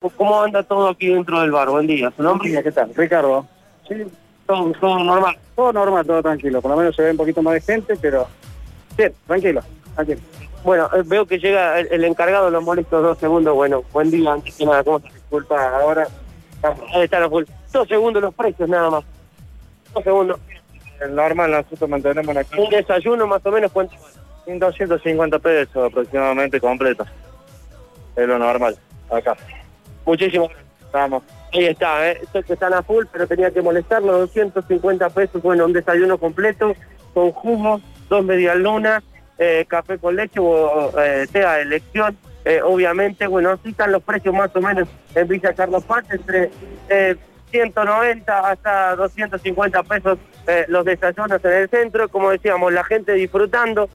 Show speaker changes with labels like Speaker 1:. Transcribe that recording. Speaker 1: Pues, ¿Cómo anda todo aquí dentro del bar? Buen día. ¿Su nombre?
Speaker 2: Mira, ¿qué tal? Ricardo. Sí,
Speaker 1: Todo, todo normal.
Speaker 2: todo normal, todo tranquilo. Por lo menos se ve un poquito más de gente, pero bien, tranquilo, tranquilo.
Speaker 1: Bueno, eh, veo que llega el, el encargado, lo molesto dos segundos. Bueno, buen día, antes que nada, ¿cómo se disculpa ahora? Estamos- Ahí están a full. Dos segundos los precios nada más. Dos segundos.
Speaker 2: normal nosotros mantenemos aquí
Speaker 1: Un desayuno más o menos, ¿cuánto?
Speaker 2: 250 pesos aproximadamente completo. Es lo normal, acá.
Speaker 1: Muchísimas gracias.
Speaker 2: Estamos.
Speaker 1: Ahí está, ¿eh? Sé que están a full, pero tenía que molestarlo. 250 pesos, bueno, un desayuno completo, con jugo, dos medialunas, eh, café con leche o eh, té a elección. Eh, obviamente, bueno, así están los precios más o menos en Villa Carlos Paz, entre eh, 190 hasta 250 pesos eh, los desayunos en el centro. Como decíamos, la gente disfrutando,